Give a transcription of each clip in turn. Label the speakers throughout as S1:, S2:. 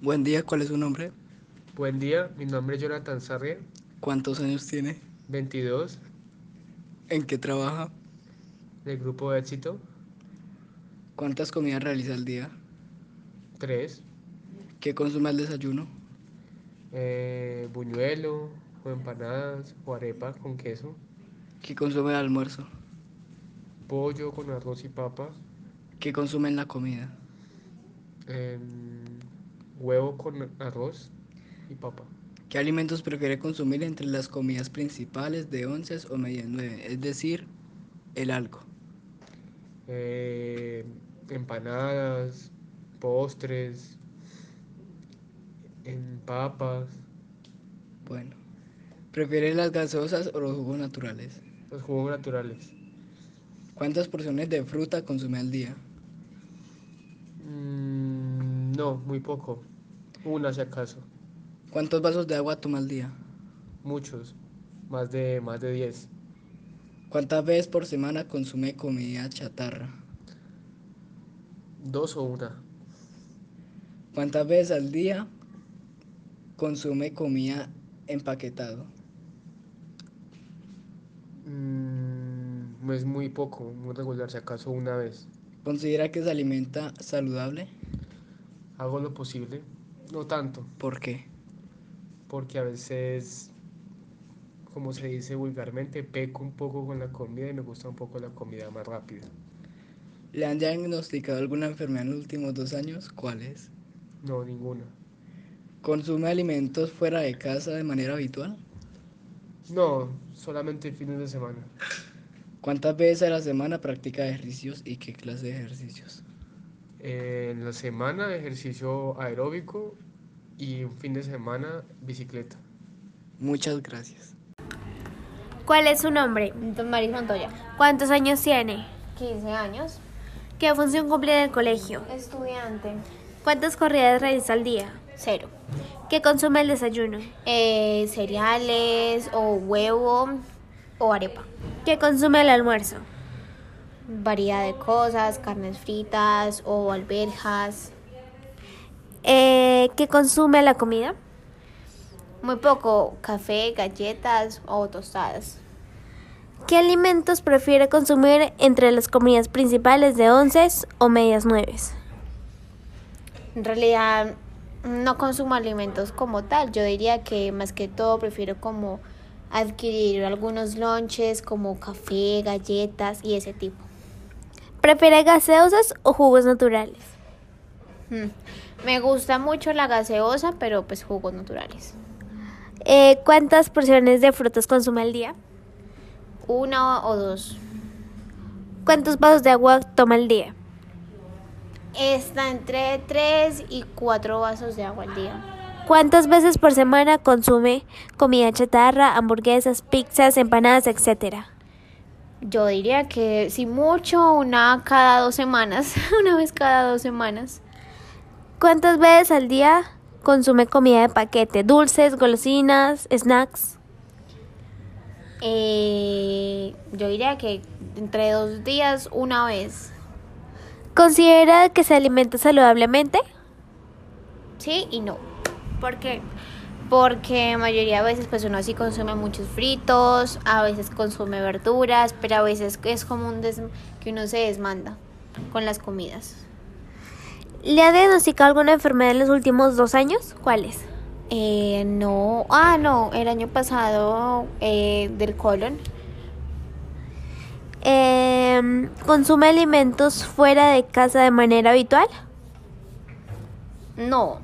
S1: Buen día, ¿cuál es su nombre?
S2: Buen día, mi nombre es Jonathan Sarria,
S1: ¿Cuántos años tiene?
S2: 22,
S1: ¿En qué trabaja?
S2: del grupo Éxito,
S1: ¿Cuántas comidas realiza al día?
S2: 3,
S1: ¿Qué consume al desayuno?
S2: eh, buñuelo, o empanadas, o arepa con queso,
S1: ¿Qué consume al almuerzo?
S2: pollo con arroz y papa,
S1: ¿Qué consume en la comida?
S2: em, huevo con arroz y papa.
S1: ¿Qué alimentos prefiere consumir entre las comidas principales de once o media nueve? Es decir, el algo.
S2: eh, empanadas, postres, en papas,
S1: Bueno. ¿Prefiere las gaseosas o los jugos naturales?
S2: los jugos naturales.
S1: ¿Cuántas porciones de fruta consume al día?
S2: Mm, no, muy poco. Una si acaso.
S1: ¿Cuántos vasos de agua toma al día?
S2: Muchos. Más de más de 10.
S1: ¿Cuántas veces por semana consume comida chatarra?
S2: Dos o una.
S1: ¿Cuántas veces al día consume comida empaquetado?
S2: Mm, es muy poco, muy regular si acaso una vez.
S1: ¿Considera que se alimenta saludable?
S2: Hago lo posible. No tanto,
S1: ¿Por qué?
S2: porque a veces, como se dice vulgarmente, peco un poco con la comida y me gusta un poco la comida más rápida.
S1: ¿Le han diagnosticado alguna enfermedad en los últimos dos años? ¿Cuál es?
S2: No, ninguna.
S1: ¿Consume alimentos fuera de casa de manera habitual?
S2: No, solamente fines de semana.
S1: ¿Cuántas veces a la semana practica ejercicios y qué clase de ejercicios?
S2: Eh, en la semana ejercicio aeróbico y un fin de semana bicicleta.
S1: Muchas gracias.
S3: ¿Cuál es su nombre?
S4: Maris Montoya,
S3: ¿Cuántos años tiene?
S4: 15 años,
S3: ¿Qué función cumple en el colegio?
S4: estudiante,
S3: ¿Cuántas corridas realiza al día?
S4: cero.
S3: ¿Qué consume el desayuno?
S4: Eh, cereales o huevo o arepa.
S3: ¿Qué consume el almuerzo?
S4: Variedad de cosas, carnes fritas o alberjas.
S3: Eh, ¿Qué consume la comida?
S4: Muy poco, café, galletas o tostadas.
S3: ¿Qué alimentos prefiere consumir entre las comidas principales de once o medias nueves?
S4: En realidad no consumo alimentos como tal. Yo diría que más que todo prefiero como adquirir algunos lonches como café, galletas y ese tipo.
S3: ¿Prefiere gaseosas o jugos naturales?
S4: Mm. Me gusta mucho la gaseosa, pero pues jugos naturales.
S3: Eh, ¿Cuántas porciones de frutas consume al día?
S4: Una o dos.
S3: ¿Cuántos vasos de agua toma al día?
S4: Está entre tres y cuatro vasos de agua al día.
S3: ¿Cuántas veces por semana consume comida chatarra, hamburguesas, pizzas, empanadas, etcétera?
S4: Yo diría que si mucho, una cada dos semanas. una vez cada dos semanas.
S3: ¿Cuántas veces al día consume comida de paquete, dulces, golosinas, snacks?
S4: Eh, yo diría que entre dos días, una vez.
S3: ¿Considera que se alimenta saludablemente?
S4: Sí y no.
S3: ¿Por qué?
S4: Porque mayoría de veces pues uno sí consume muchos fritos, a veces consume verduras, pero a veces es común des- que uno se desmanda con las comidas.
S3: ¿Le ha diagnosticado alguna enfermedad en los últimos dos años? ¿Cuáles?
S4: Eh, no, ah, no, el año pasado eh, del colon.
S3: Em, ¿Consume alimentos fuera de casa de manera habitual?
S4: No,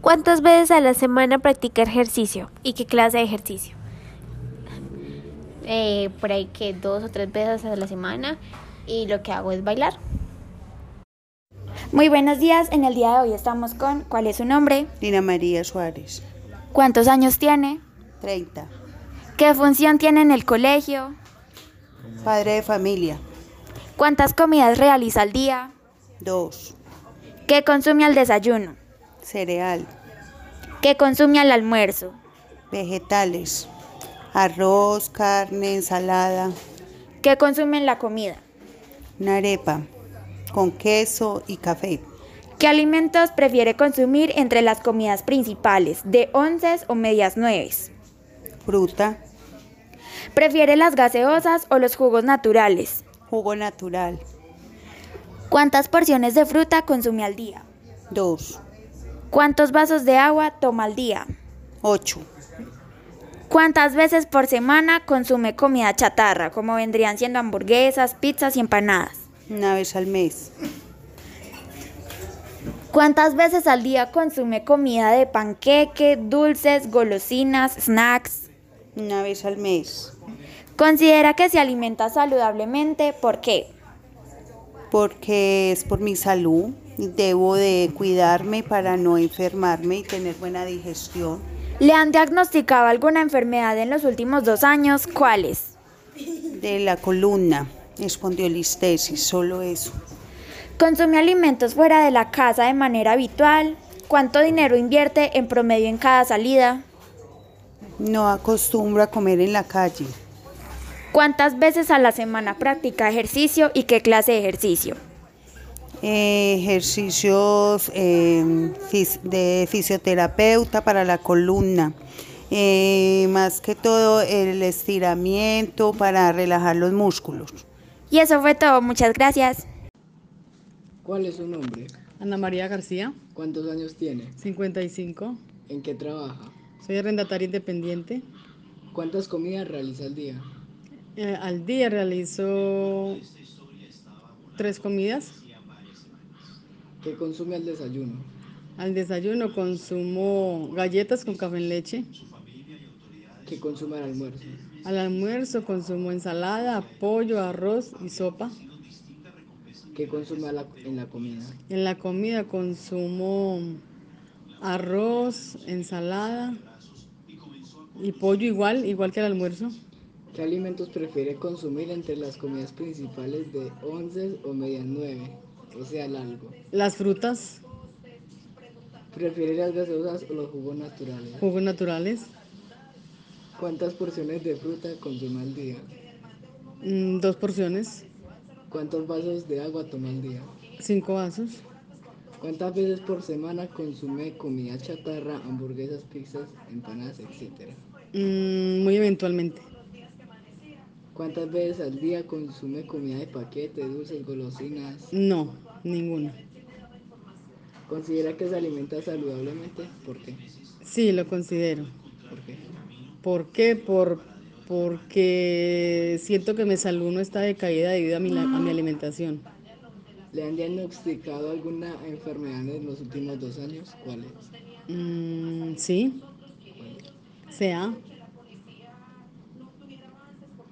S3: ¿Cuántas veces a la semana practica ejercicio? ¿Y qué clase de ejercicio?
S4: eh, por ahí que dos o tres veces a la semana y lo que hago es bailar.
S5: Muy buenos días, en el día de hoy estamos con ¿Cuál es su nombre?
S6: Lina María Suárez,
S5: ¿Cuántos años tiene?
S6: 30.
S5: ¿Qué función tiene en el colegio?
S6: Padre de familia,
S5: ¿Cuántas comidas realiza al día?
S6: 2.
S5: ¿Qué consume al desayuno?
S6: Cereal,
S5: ¿Qué consume al almuerzo?
S6: vegetales, arroz, carne, ensalada,
S5: ¿Qué consume en la comida?
S6: una arepa con queso y café.
S3: ¿Qué alimentos prefiere consumir entre las comidas principales, de onces o medias nueves?
S6: fruta,
S3: ¿Prefiere las gaseosas o los jugos naturales?
S6: jugo natural.
S3: ¿Cuántas porciones de fruta consume al día?
S6: Dos,
S3: ¿Cuántos vasos de agua toma al día?
S6: ocho,
S3: ¿Cuántas veces por semana consume comida chatarra, como vendrían siendo hamburguesas, pizzas y empanadas?
S6: una vez al mes.
S3: ¿Cuántas veces al día consume comida de panqueque, dulces, golosinas, snacks?
S6: Una vez al mes.
S3: Considera que se alimenta saludablemente, ¿por qué?
S6: Porque es por mi salud. Debo de cuidarme para no enfermarme y tener buena digestión.
S3: ¿Le han diagnosticado alguna enfermedad en los últimos dos años? ¿Cuáles?
S6: De la columna, espondiolistesis, solo eso.
S3: ¿Consume alimentos fuera de la casa de manera habitual? ¿Cuánto dinero invierte en promedio en cada salida?
S6: No acostumbro a comer en la calle.
S3: ¿Cuántas veces a la semana practica ejercicio y qué clase de ejercicio?
S6: Eh, ejercicios eh, fis- de fisioterapeuta para la columna. Eh, más que todo el estiramiento para relajar los músculos.
S3: Y eso fue todo, muchas gracias.
S1: ¿Cuál es su nombre?
S7: Ana María García,
S1: ¿Cuántos años tiene?
S7: 55.
S1: ¿En qué trabaja?
S7: Soy arrendataria independiente.
S1: ¿Cuántas comidas realiza al día?
S7: Eh, al día realizo tres comidas.
S1: ¿Qué consume al desayuno?
S7: Al desayuno consumo galletas con café en leche.
S1: ¿Qué consume al almuerzo?
S7: Al almuerzo consumo ensalada, pollo, arroz y sopa.
S1: ¿Qué consume a la- en la comida?
S7: En la comida consumo arroz, ensalada y pollo igual, igual que al almuerzo.
S1: ¿Qué alimentos prefiere consumir entre las comidas principales de once o medias nueve? O sea, largo.
S7: Las frutas,
S1: ¿Prefiere las gaseosas o los jugos naturales?
S7: jugos naturales,
S1: ¿Cuántas porciones de fruta consume al día?
S7: mm, dos porciones,
S1: ¿Cuántos vasos de agua toma al día?
S7: cinco vasos.
S1: ¿Cuántas veces por semana consume comida chatarra, hamburguesas, pizzas, empanadas, etcétera?
S7: Mm, muy eventualmente.
S1: ¿Cuántas veces al día consume comida de paquete, dulces, golosinas?
S7: No, ninguna.
S1: ¿Considera que se alimenta saludablemente? ¿Por qué?
S7: Sí, lo considero.
S1: ¿Por qué?
S7: ¿Por qué? Por, porque siento que mi salud no está decaída debido a mi, la- a mi alimentación.
S1: ¿Le han diagnosticado alguna enfermedad en los últimos dos años? ¿Cuál es?
S7: Mm, sí. Sea.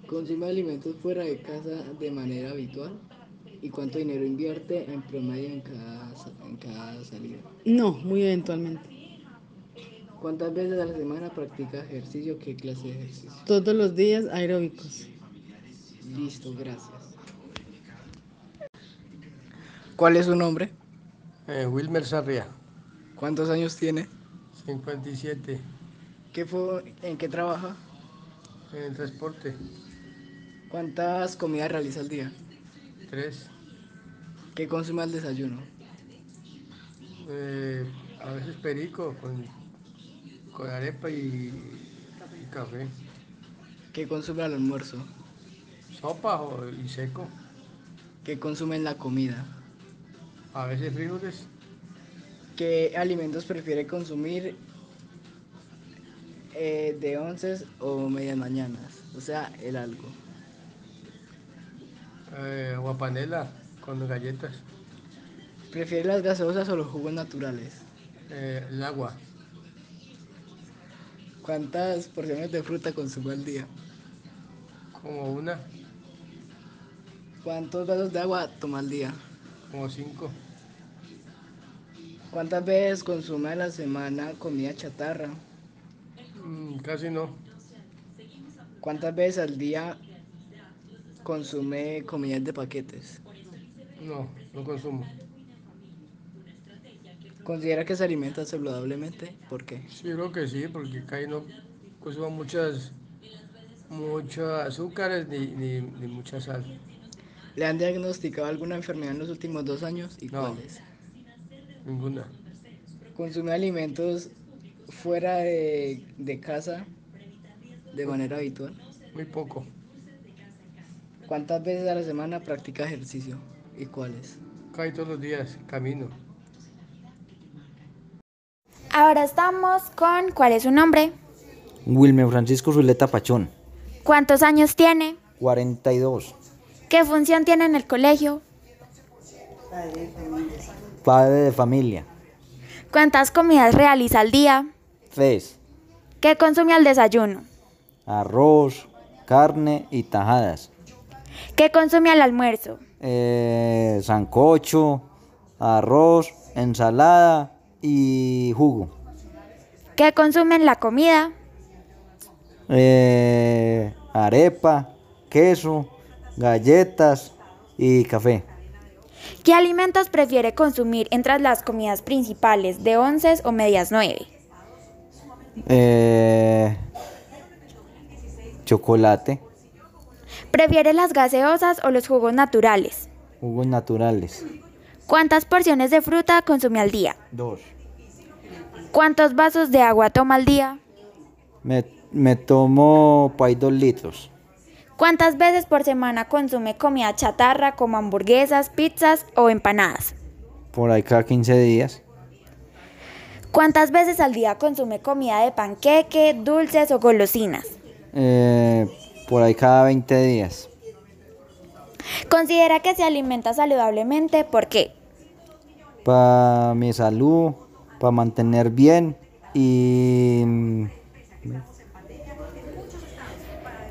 S1: ¿Consume alimentos fuera de casa de manera habitual? ¿Y cuánto dinero invierte en promedio en cada, sa- en cada salida?
S7: No, muy eventualmente.
S1: ¿Cuántas veces a la semana practica ejercicio? ¿Qué clase de ejercicio?
S7: Todos los días aeróbicos.
S1: Listo, gracias. ¿Cuál es su nombre?
S8: Eh, Wilmer Sarria,
S1: ¿Cuántos años tiene?
S8: 57,
S1: ¿Qué fue, ¿En qué trabaja?
S8: en el transporte,
S1: ¿Cuántas comidas realiza al día?
S8: 3,
S1: ¿Qué consume al desayuno?
S8: Eh, a veces perico con, con arepa y, y café,
S1: ¿Qué consume al almuerzo?
S8: sopa o- y seco,
S1: ¿Qué consume en la comida?
S8: a veces frijoles,
S1: ¿Qué alimentos prefiere consumir eh, de once o medias mañanas? O sea, el algo.
S8: eh, aguapanela con galletas,
S1: ¿Prefiere las gaseosas o los jugos naturales?
S8: eh, el agua,
S1: ¿Cuántas porciones de fruta consume al día?
S8: como una,
S1: ¿Cuántos vasos de agua toma al día?
S8: como cinco,
S1: ¿Cuántas veces consume a la semana comida chatarra?
S8: Mm, casi no,
S1: ¿Cuántas veces al día consume comidas de paquetes?
S8: no, no consumo,
S1: ¿Considera que se alimenta saludablemente? ¿Por qué?
S8: sí creo que sí, porque casi no consumo muchas, muchos azúcares ni, ni, ni mucha sal.
S1: ¿Le han diagnosticado alguna enfermedad en los últimos dos años? ¿Y
S8: No.
S1: cuáles?
S8: ninguna.
S1: Consume alimentos fuera de, de casa de manera habitual.
S8: Muy poco.
S1: ¿Cuántas veces a la semana practica ejercicio y cuáles?
S8: Cae todos los días, camino.
S3: Ahora estamos con ¿cuál es su nombre?
S9: Wilmer Francisco Zuleta Pachón,
S3: ¿Cuántos años tiene?
S9: 42.
S3: ¿Qué función tiene en el colegio?
S9: Padre de familia.
S3: ¿Cuántas comidas realiza al día?
S9: Tres.
S3: ¿Qué consume al desayuno?
S9: Arroz, carne y tajadas.
S3: ¿Qué consume al almuerzo?
S9: Eh, sancocho, arroz, ensalada y jugo.
S3: ¿Qué consume en la comida?
S9: Eh, arepa, queso, galletas y café.
S3: ¿Qué alimentos prefiere consumir entre las comidas principales de once o medias nueve?
S9: Eh, chocolate,
S3: ¿Prefiere las gaseosas o los jugos naturales?
S9: jugos naturales.
S3: ¿Cuántas porciones de fruta consume al día?
S9: Dos.
S3: ¿Cuántos vasos de agua toma al día?
S9: Me, me tomo pay dos litros.
S3: ¿Cuántas veces por semana consume comida chatarra como hamburguesas, pizzas o empanadas?
S9: Por ahí cada 15 días.
S3: ¿Cuántas veces al día consume comida de panqueque, dulces o golosinas?
S9: Eh, por ahí cada 20 días.
S3: Considera que se alimenta saludablemente, ¿por qué?
S9: Para mi salud, para mantener bien y mm,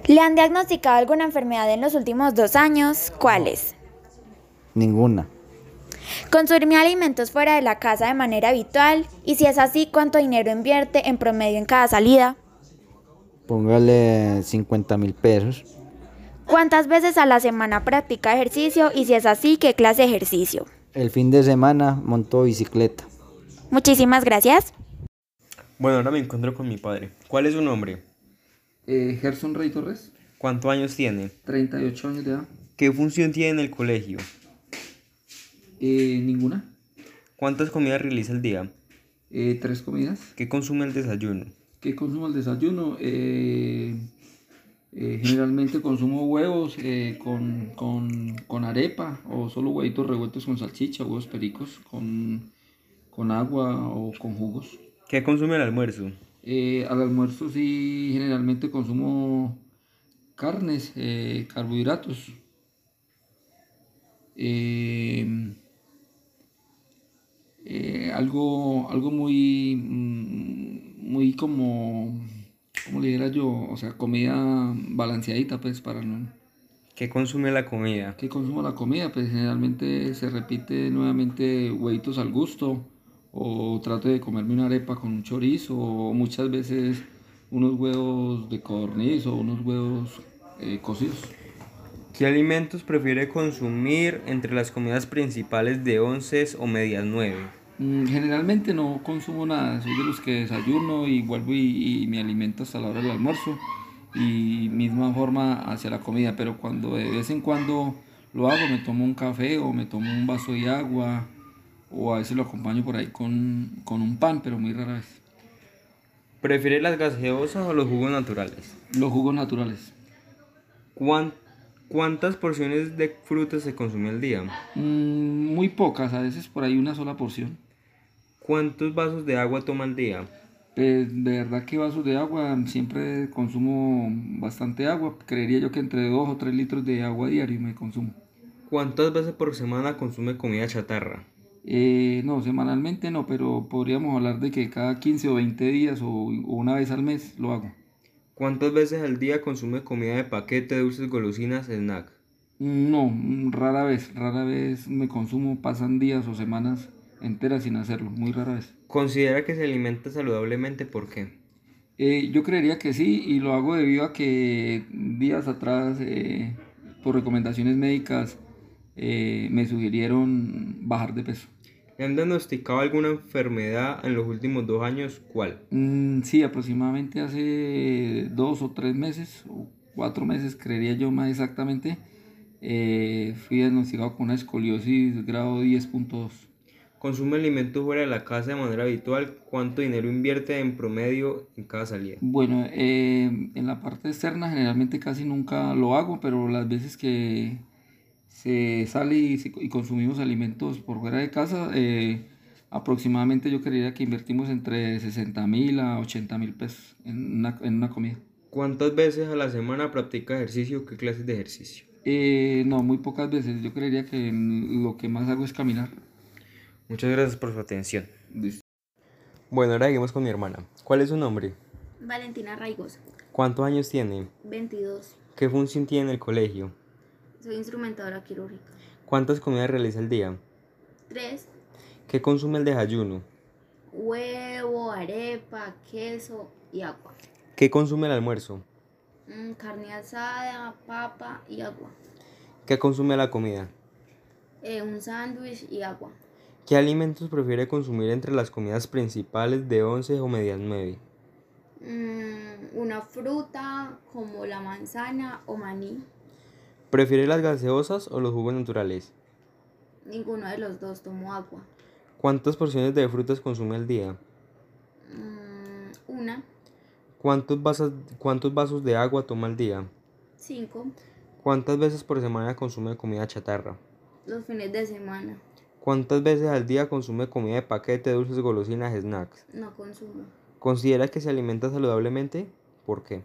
S3: ¿Le han diagnosticado alguna enfermedad en los últimos dos años? ¿Cuáles?
S9: ninguna.
S3: ¿Consume alimentos fuera de la casa de manera habitual? Y si es así, ¿cuánto dinero invierte en promedio en cada salida?
S9: Póngale 50 mil pesos.
S3: ¿Cuántas veces a la semana practica ejercicio? Y si es así, ¿qué clase de ejercicio?
S9: El fin de semana montó bicicleta.
S3: Muchísimas gracias.
S10: Bueno, ahora me encuentro con mi padre. ¿Cuál es su nombre?
S11: Eh, Gerson Rey Torres,
S10: ¿Cuántos años tiene?
S11: 38 años de edad.
S10: ¿Qué función tiene en el colegio?
S11: Eh, ninguna.
S10: ¿Cuántas comidas realiza al día?
S11: Eh, tres comidas.
S10: ¿Qué consume el desayuno?
S11: ¿Qué consumo al desayuno? Eh, eh, generalmente consumo huevos eh, con, con- con arepa o solo huevitos revueltos con salchicha, huevos pericos con, con agua o con jugos.
S10: ¿Qué consume el almuerzo?
S11: Eh, al almuerzo sí generalmente consumo carnes, eh, carbohidratos. Eh, eh, algo, algo muy, mm, muy como, ¿cómo le diría yo? O sea, comida balanceadita, pues, para no...
S10: ¿Qué consume la comida?
S11: ¿Qué consumo la comida? Pues generalmente se repite nuevamente huevitos al gusto o trato de comerme una arepa con un chorizo o muchas veces unos huevos de codorniz o unos huevos eh, cocidos.
S10: ¿Qué alimentos prefiere consumir entre las comidas principales de once o medias nueve?
S11: Mm, Generalmente no consumo nada, soy de los que desayuno y vuelvo y, y me alimento hasta la hora del almuerzo y misma forma hacia la comida, pero cuando de vez en cuando lo hago me tomo un café o me tomo un vaso de agua o a veces lo acompaño por ahí con, con un pan, pero muy rara vez.
S10: ¿Prefiere las gaseosas o los jugos naturales?
S11: Los jugos naturales.
S10: ¿Cuán- ¿Cuántas porciones de fruta se consume al día?
S11: Mm, muy pocas, a veces por ahí una sola porción.
S10: ¿Cuántos vasos de agua toma al día?
S11: Pues, de verdad que vasos de agua, siempre consumo bastante agua, creería yo que entre 2 o 3 litros de agua diario me consumo.
S10: ¿Cuántas veces por semana consume comida chatarra?
S11: Eh, no, semanalmente no, pero podríamos hablar de que cada 15 o 20 días o, o una vez al mes lo hago.
S10: ¿Cuántas veces al día consume comida de paquete, dulces, golosinas, snack?
S11: No, mm, rara vez, rara vez me consumo, pasan días o semanas enteras sin hacerlo, muy rara vez.
S10: ¿Considera que se alimenta saludablemente? ¿Por qué?
S11: Eh, yo creería que sí, y lo hago debido a que días atrás, eh, por recomendaciones médicas, eh, me sugirieron bajar de peso.
S10: ¿Le han diagnosticado alguna enfermedad en los últimos dos años? ¿Cuál?
S11: Mm, sí, aproximadamente hace dos o tres meses, o cuatro meses, creería yo más exactamente, eh, fui diagnosticado con una escoliosis grado 10.2.
S10: ¿Consume alimentos fuera de la casa de manera habitual? ¿Cuánto dinero invierte en promedio en cada salida?
S11: Bueno, eh, en la parte externa generalmente casi nunca lo hago, pero las veces que se sale y, se- y consumimos alimentos por fuera de casa, eh, aproximadamente yo creería que invertimos entre 60 mil a 80 mil pesos en una, en una comida.
S10: ¿Cuántas veces a la semana practica ejercicio? ¿Qué clases de ejercicio?
S11: Eh, no, muy pocas veces. Yo creería que mm, lo que más hago es caminar.
S10: Muchas gracias por su atención. Bueno, ahora seguimos con mi hermana. ¿Cuál es su nombre?
S12: Valentina Raigos,
S10: ¿Cuántos años tiene?
S12: 22.
S10: ¿Qué función tiene en el colegio?
S12: Soy instrumentadora quirúrgica.
S10: ¿Cuántas comidas realiza al día?
S12: 3.
S10: ¿Qué consume el desayuno?
S12: Huevo, arepa, queso y agua.
S10: ¿Qué consume el almuerzo?
S12: Mm, carne asada, papa y agua.
S10: ¿Qué consume la comida?
S12: Eh, un sándwich y agua.
S10: ¿Qué alimentos prefiere consumir entre las comidas principales de 11 o medias 9?
S12: Mm, una fruta como la manzana o maní.
S10: ¿Prefiere las gaseosas o los jugos naturales?
S12: Ninguno de los dos tomo agua.
S10: ¿Cuántas porciones de frutas consume al día?
S12: Mm, una,
S10: ¿Cuántos vasos, cuántos vasos de agua toma al día?
S12: cinco,
S10: ¿Cuántas veces por semana consume comida chatarra?
S12: los fines de semana.
S10: ¿Cuántas veces al día consume comida de paquete, dulces, golosinas, snacks?
S12: No consumo.
S10: ¿Considera que se alimenta saludablemente? ¿Por qué?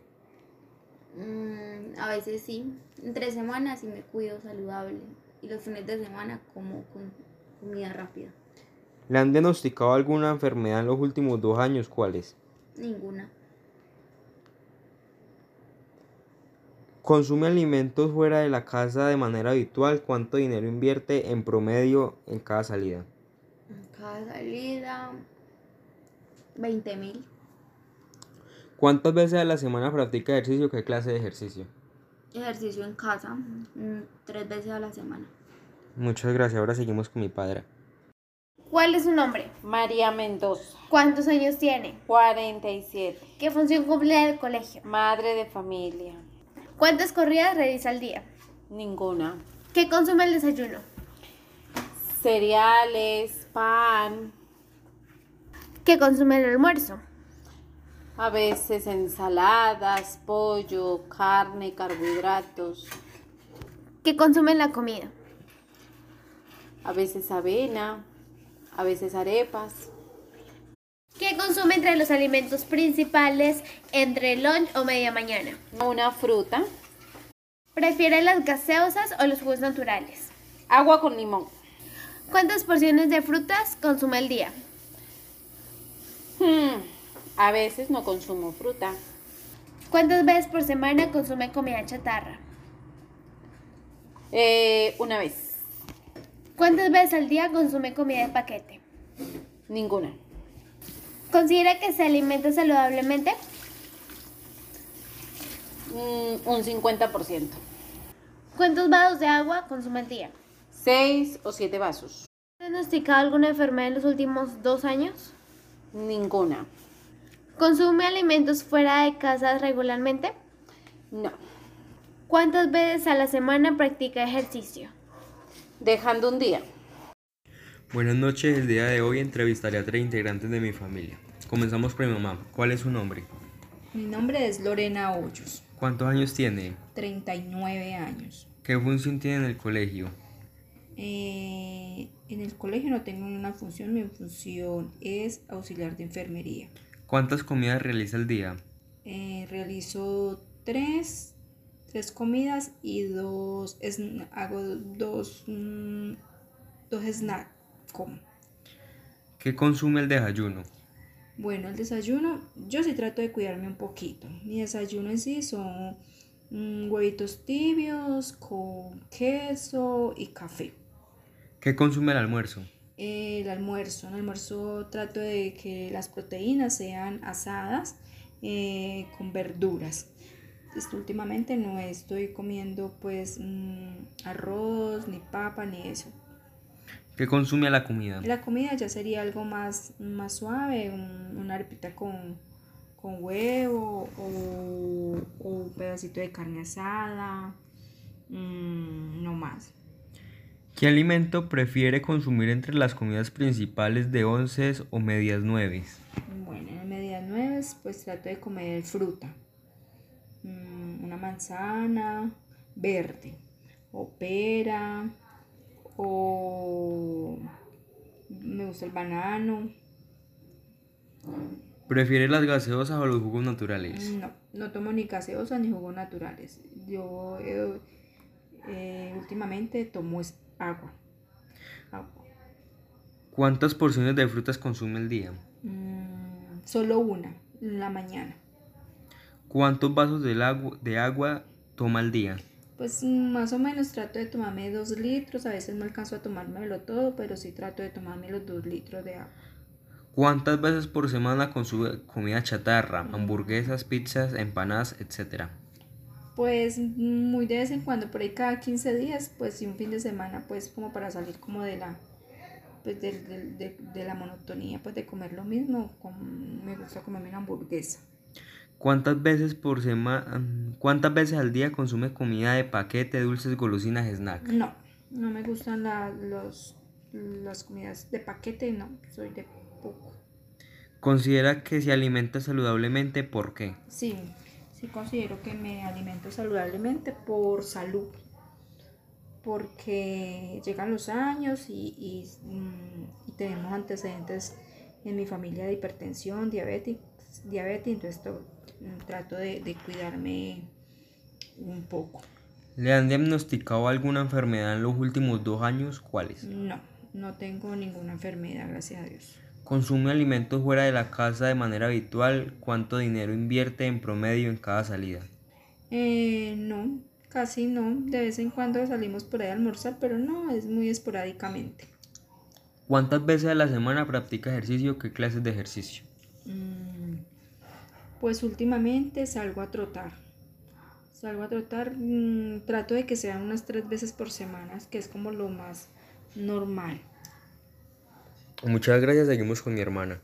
S12: Mm, a veces sí. Entre semanas sí me cuido saludable. Y los fines de semana como con comida rápida.
S10: ¿Le han diagnosticado alguna enfermedad en los últimos dos años? ¿Cuáles?
S12: Ninguna.
S10: ¿Consume alimentos fuera de la casa de manera habitual? ¿Cuánto dinero invierte en promedio en cada salida?
S12: Cada salida, 20 mil.
S10: ¿Cuántas veces a la semana practica ejercicio? ¿Qué clase de ejercicio?
S12: Ejercicio en casa, mm, tres veces a la semana.
S10: Muchas gracias. Ahora seguimos con mi padre.
S4: ¿Cuál es su nombre?
S13: María Mendoza.
S4: ¿Cuántos años tiene?
S13: 47.
S4: ¿Qué función cumple en el colegio?
S13: Madre de familia.
S4: ¿Cuántas corridas realiza al día?
S13: Ninguna.
S4: ¿Qué consume el desayuno?
S13: Cereales, pan,
S4: ¿Qué consume el almuerzo?
S13: a veces ensaladas, pollo, carne, carbohidratos,
S4: ¿Qué consume en la comida?
S13: a veces avena, a veces arepas.
S4: ¿Qué consume entre los alimentos principales entre lunch o media mañana?
S13: Una fruta.
S4: ¿Prefiere las gaseosas o los jugos naturales?
S13: Agua con limón.
S4: ¿Cuántas porciones de frutas consume al día?
S13: Hmm, A veces no consumo fruta.
S4: ¿Cuántas veces por semana consume comida chatarra?
S13: Eh, una vez.
S4: ¿Cuántas veces al día consume comida de paquete?
S13: Ninguna.
S4: ¿Considera que se alimenta saludablemente?
S13: Mm, un 50%.
S4: ¿Cuántos vasos de agua consume al día?
S13: Seis o siete vasos.
S4: ¿Ha diagnosticado alguna enfermedad en los últimos dos años?
S13: Ninguna.
S4: ¿Consume alimentos fuera de casa regularmente?
S13: No.
S4: ¿Cuántas veces a la semana practica ejercicio?
S13: Dejando un día.
S10: Buenas noches. El día de hoy entrevistaré a tres integrantes de mi familia. Comenzamos por mi mamá. ¿Cuál es su nombre?
S14: Mi nombre es Lorena Hoyos,
S10: ¿Cuántos años tiene?
S14: 39 años.
S10: ¿Qué función tiene en el colegio?
S14: Eh, en el colegio no tengo una función, mi función es auxiliar de enfermería.
S10: ¿Cuántas comidas realiza al día?
S14: Eh, realizo tres, tres comidas y dos, sn- hago dos, mm, dos snacks. Como.
S10: ¿Qué consume el desayuno?
S14: Bueno, el desayuno, yo sí trato de cuidarme un poquito. Mi desayuno en sí son mm, huevitos tibios con queso y café.
S10: ¿Qué consume el almuerzo?
S14: El almuerzo, en el almuerzo trato de que las proteínas sean asadas eh, con verduras. Esto últimamente no estoy comiendo pues mm, arroz, ni papa, ni eso.
S10: ¿Qué consume a la comida?
S14: La comida ya sería algo más, más suave, un- una arepita con, con huevo o, o un pedacito de carne asada, mm, no más.
S10: ¿Qué alimento prefiere consumir entre las comidas principales de onces o medias nueves?
S14: Bueno, en el medias nueves pues trato de comer fruta, Mm, una manzana verde o pera o me gusta el banano.
S10: ¿Prefiere las gaseosas o los jugos naturales?
S14: No, no tomo ni gaseosas ni jugos naturales. Yo eh, eh, últimamente tomo es agua. Agua.
S10: ¿Cuántas porciones de frutas consume al día?
S14: Mm, solo una, en la mañana.
S10: ¿Cuántos vasos del agu- de agua toma al día?
S14: Pues mm, más o menos trato de tomarme dos litros, a veces no alcanzo a tomármelo todo, pero sí trato de tomarme los dos litros de agua.
S10: ¿Cuántas veces por semana consume comida chatarra, hamburguesas, pizzas, empanadas, etcétera?
S14: Pues mm, muy de vez en cuando, por ahí cada 15 días, pues y un fin de semana, pues como para salir como de la pues del- del- de, de la monotonía, pues de comer lo mismo, con- me gusta comerme una hamburguesa.
S10: ¿Cuántas veces por semana, cuántas veces al día consume comida de paquete, dulces, golosinas, snack?
S14: No, no me gustan la- los, las comidas de paquete, no, soy de poco.
S10: ¿Considera que se alimenta saludablemente? ¿Por qué?
S14: Sí, sí considero que me alimento saludablemente por salud, porque llegan los años y, y, mm, y tenemos antecedentes en mi familia de hipertensión, diabetes, diabetes entonces to- mm, trato de, de cuidarme un poco.
S10: ¿Le han diagnosticado alguna enfermedad en los últimos dos años? ¿Cuáles?
S14: No, no tengo ninguna enfermedad, gracias a Dios.
S10: ¿Consume alimentos fuera de la casa de manera habitual? ¿Cuánto dinero invierte en promedio en cada salida?
S14: Eh, no, casi no, de vez en cuando salimos por ahí a almorzar, pero no, es muy esporádicamente.
S10: ¿Cuántas veces a la semana practica ejercicio? ¿Qué clases de ejercicio?
S14: Mm, Pues últimamente salgo a trotar. Salgo a trotar, mm, trato de que sean unas tres veces por semana, que es como lo más normal.
S10: Muchas gracias, seguimos con mi hermana.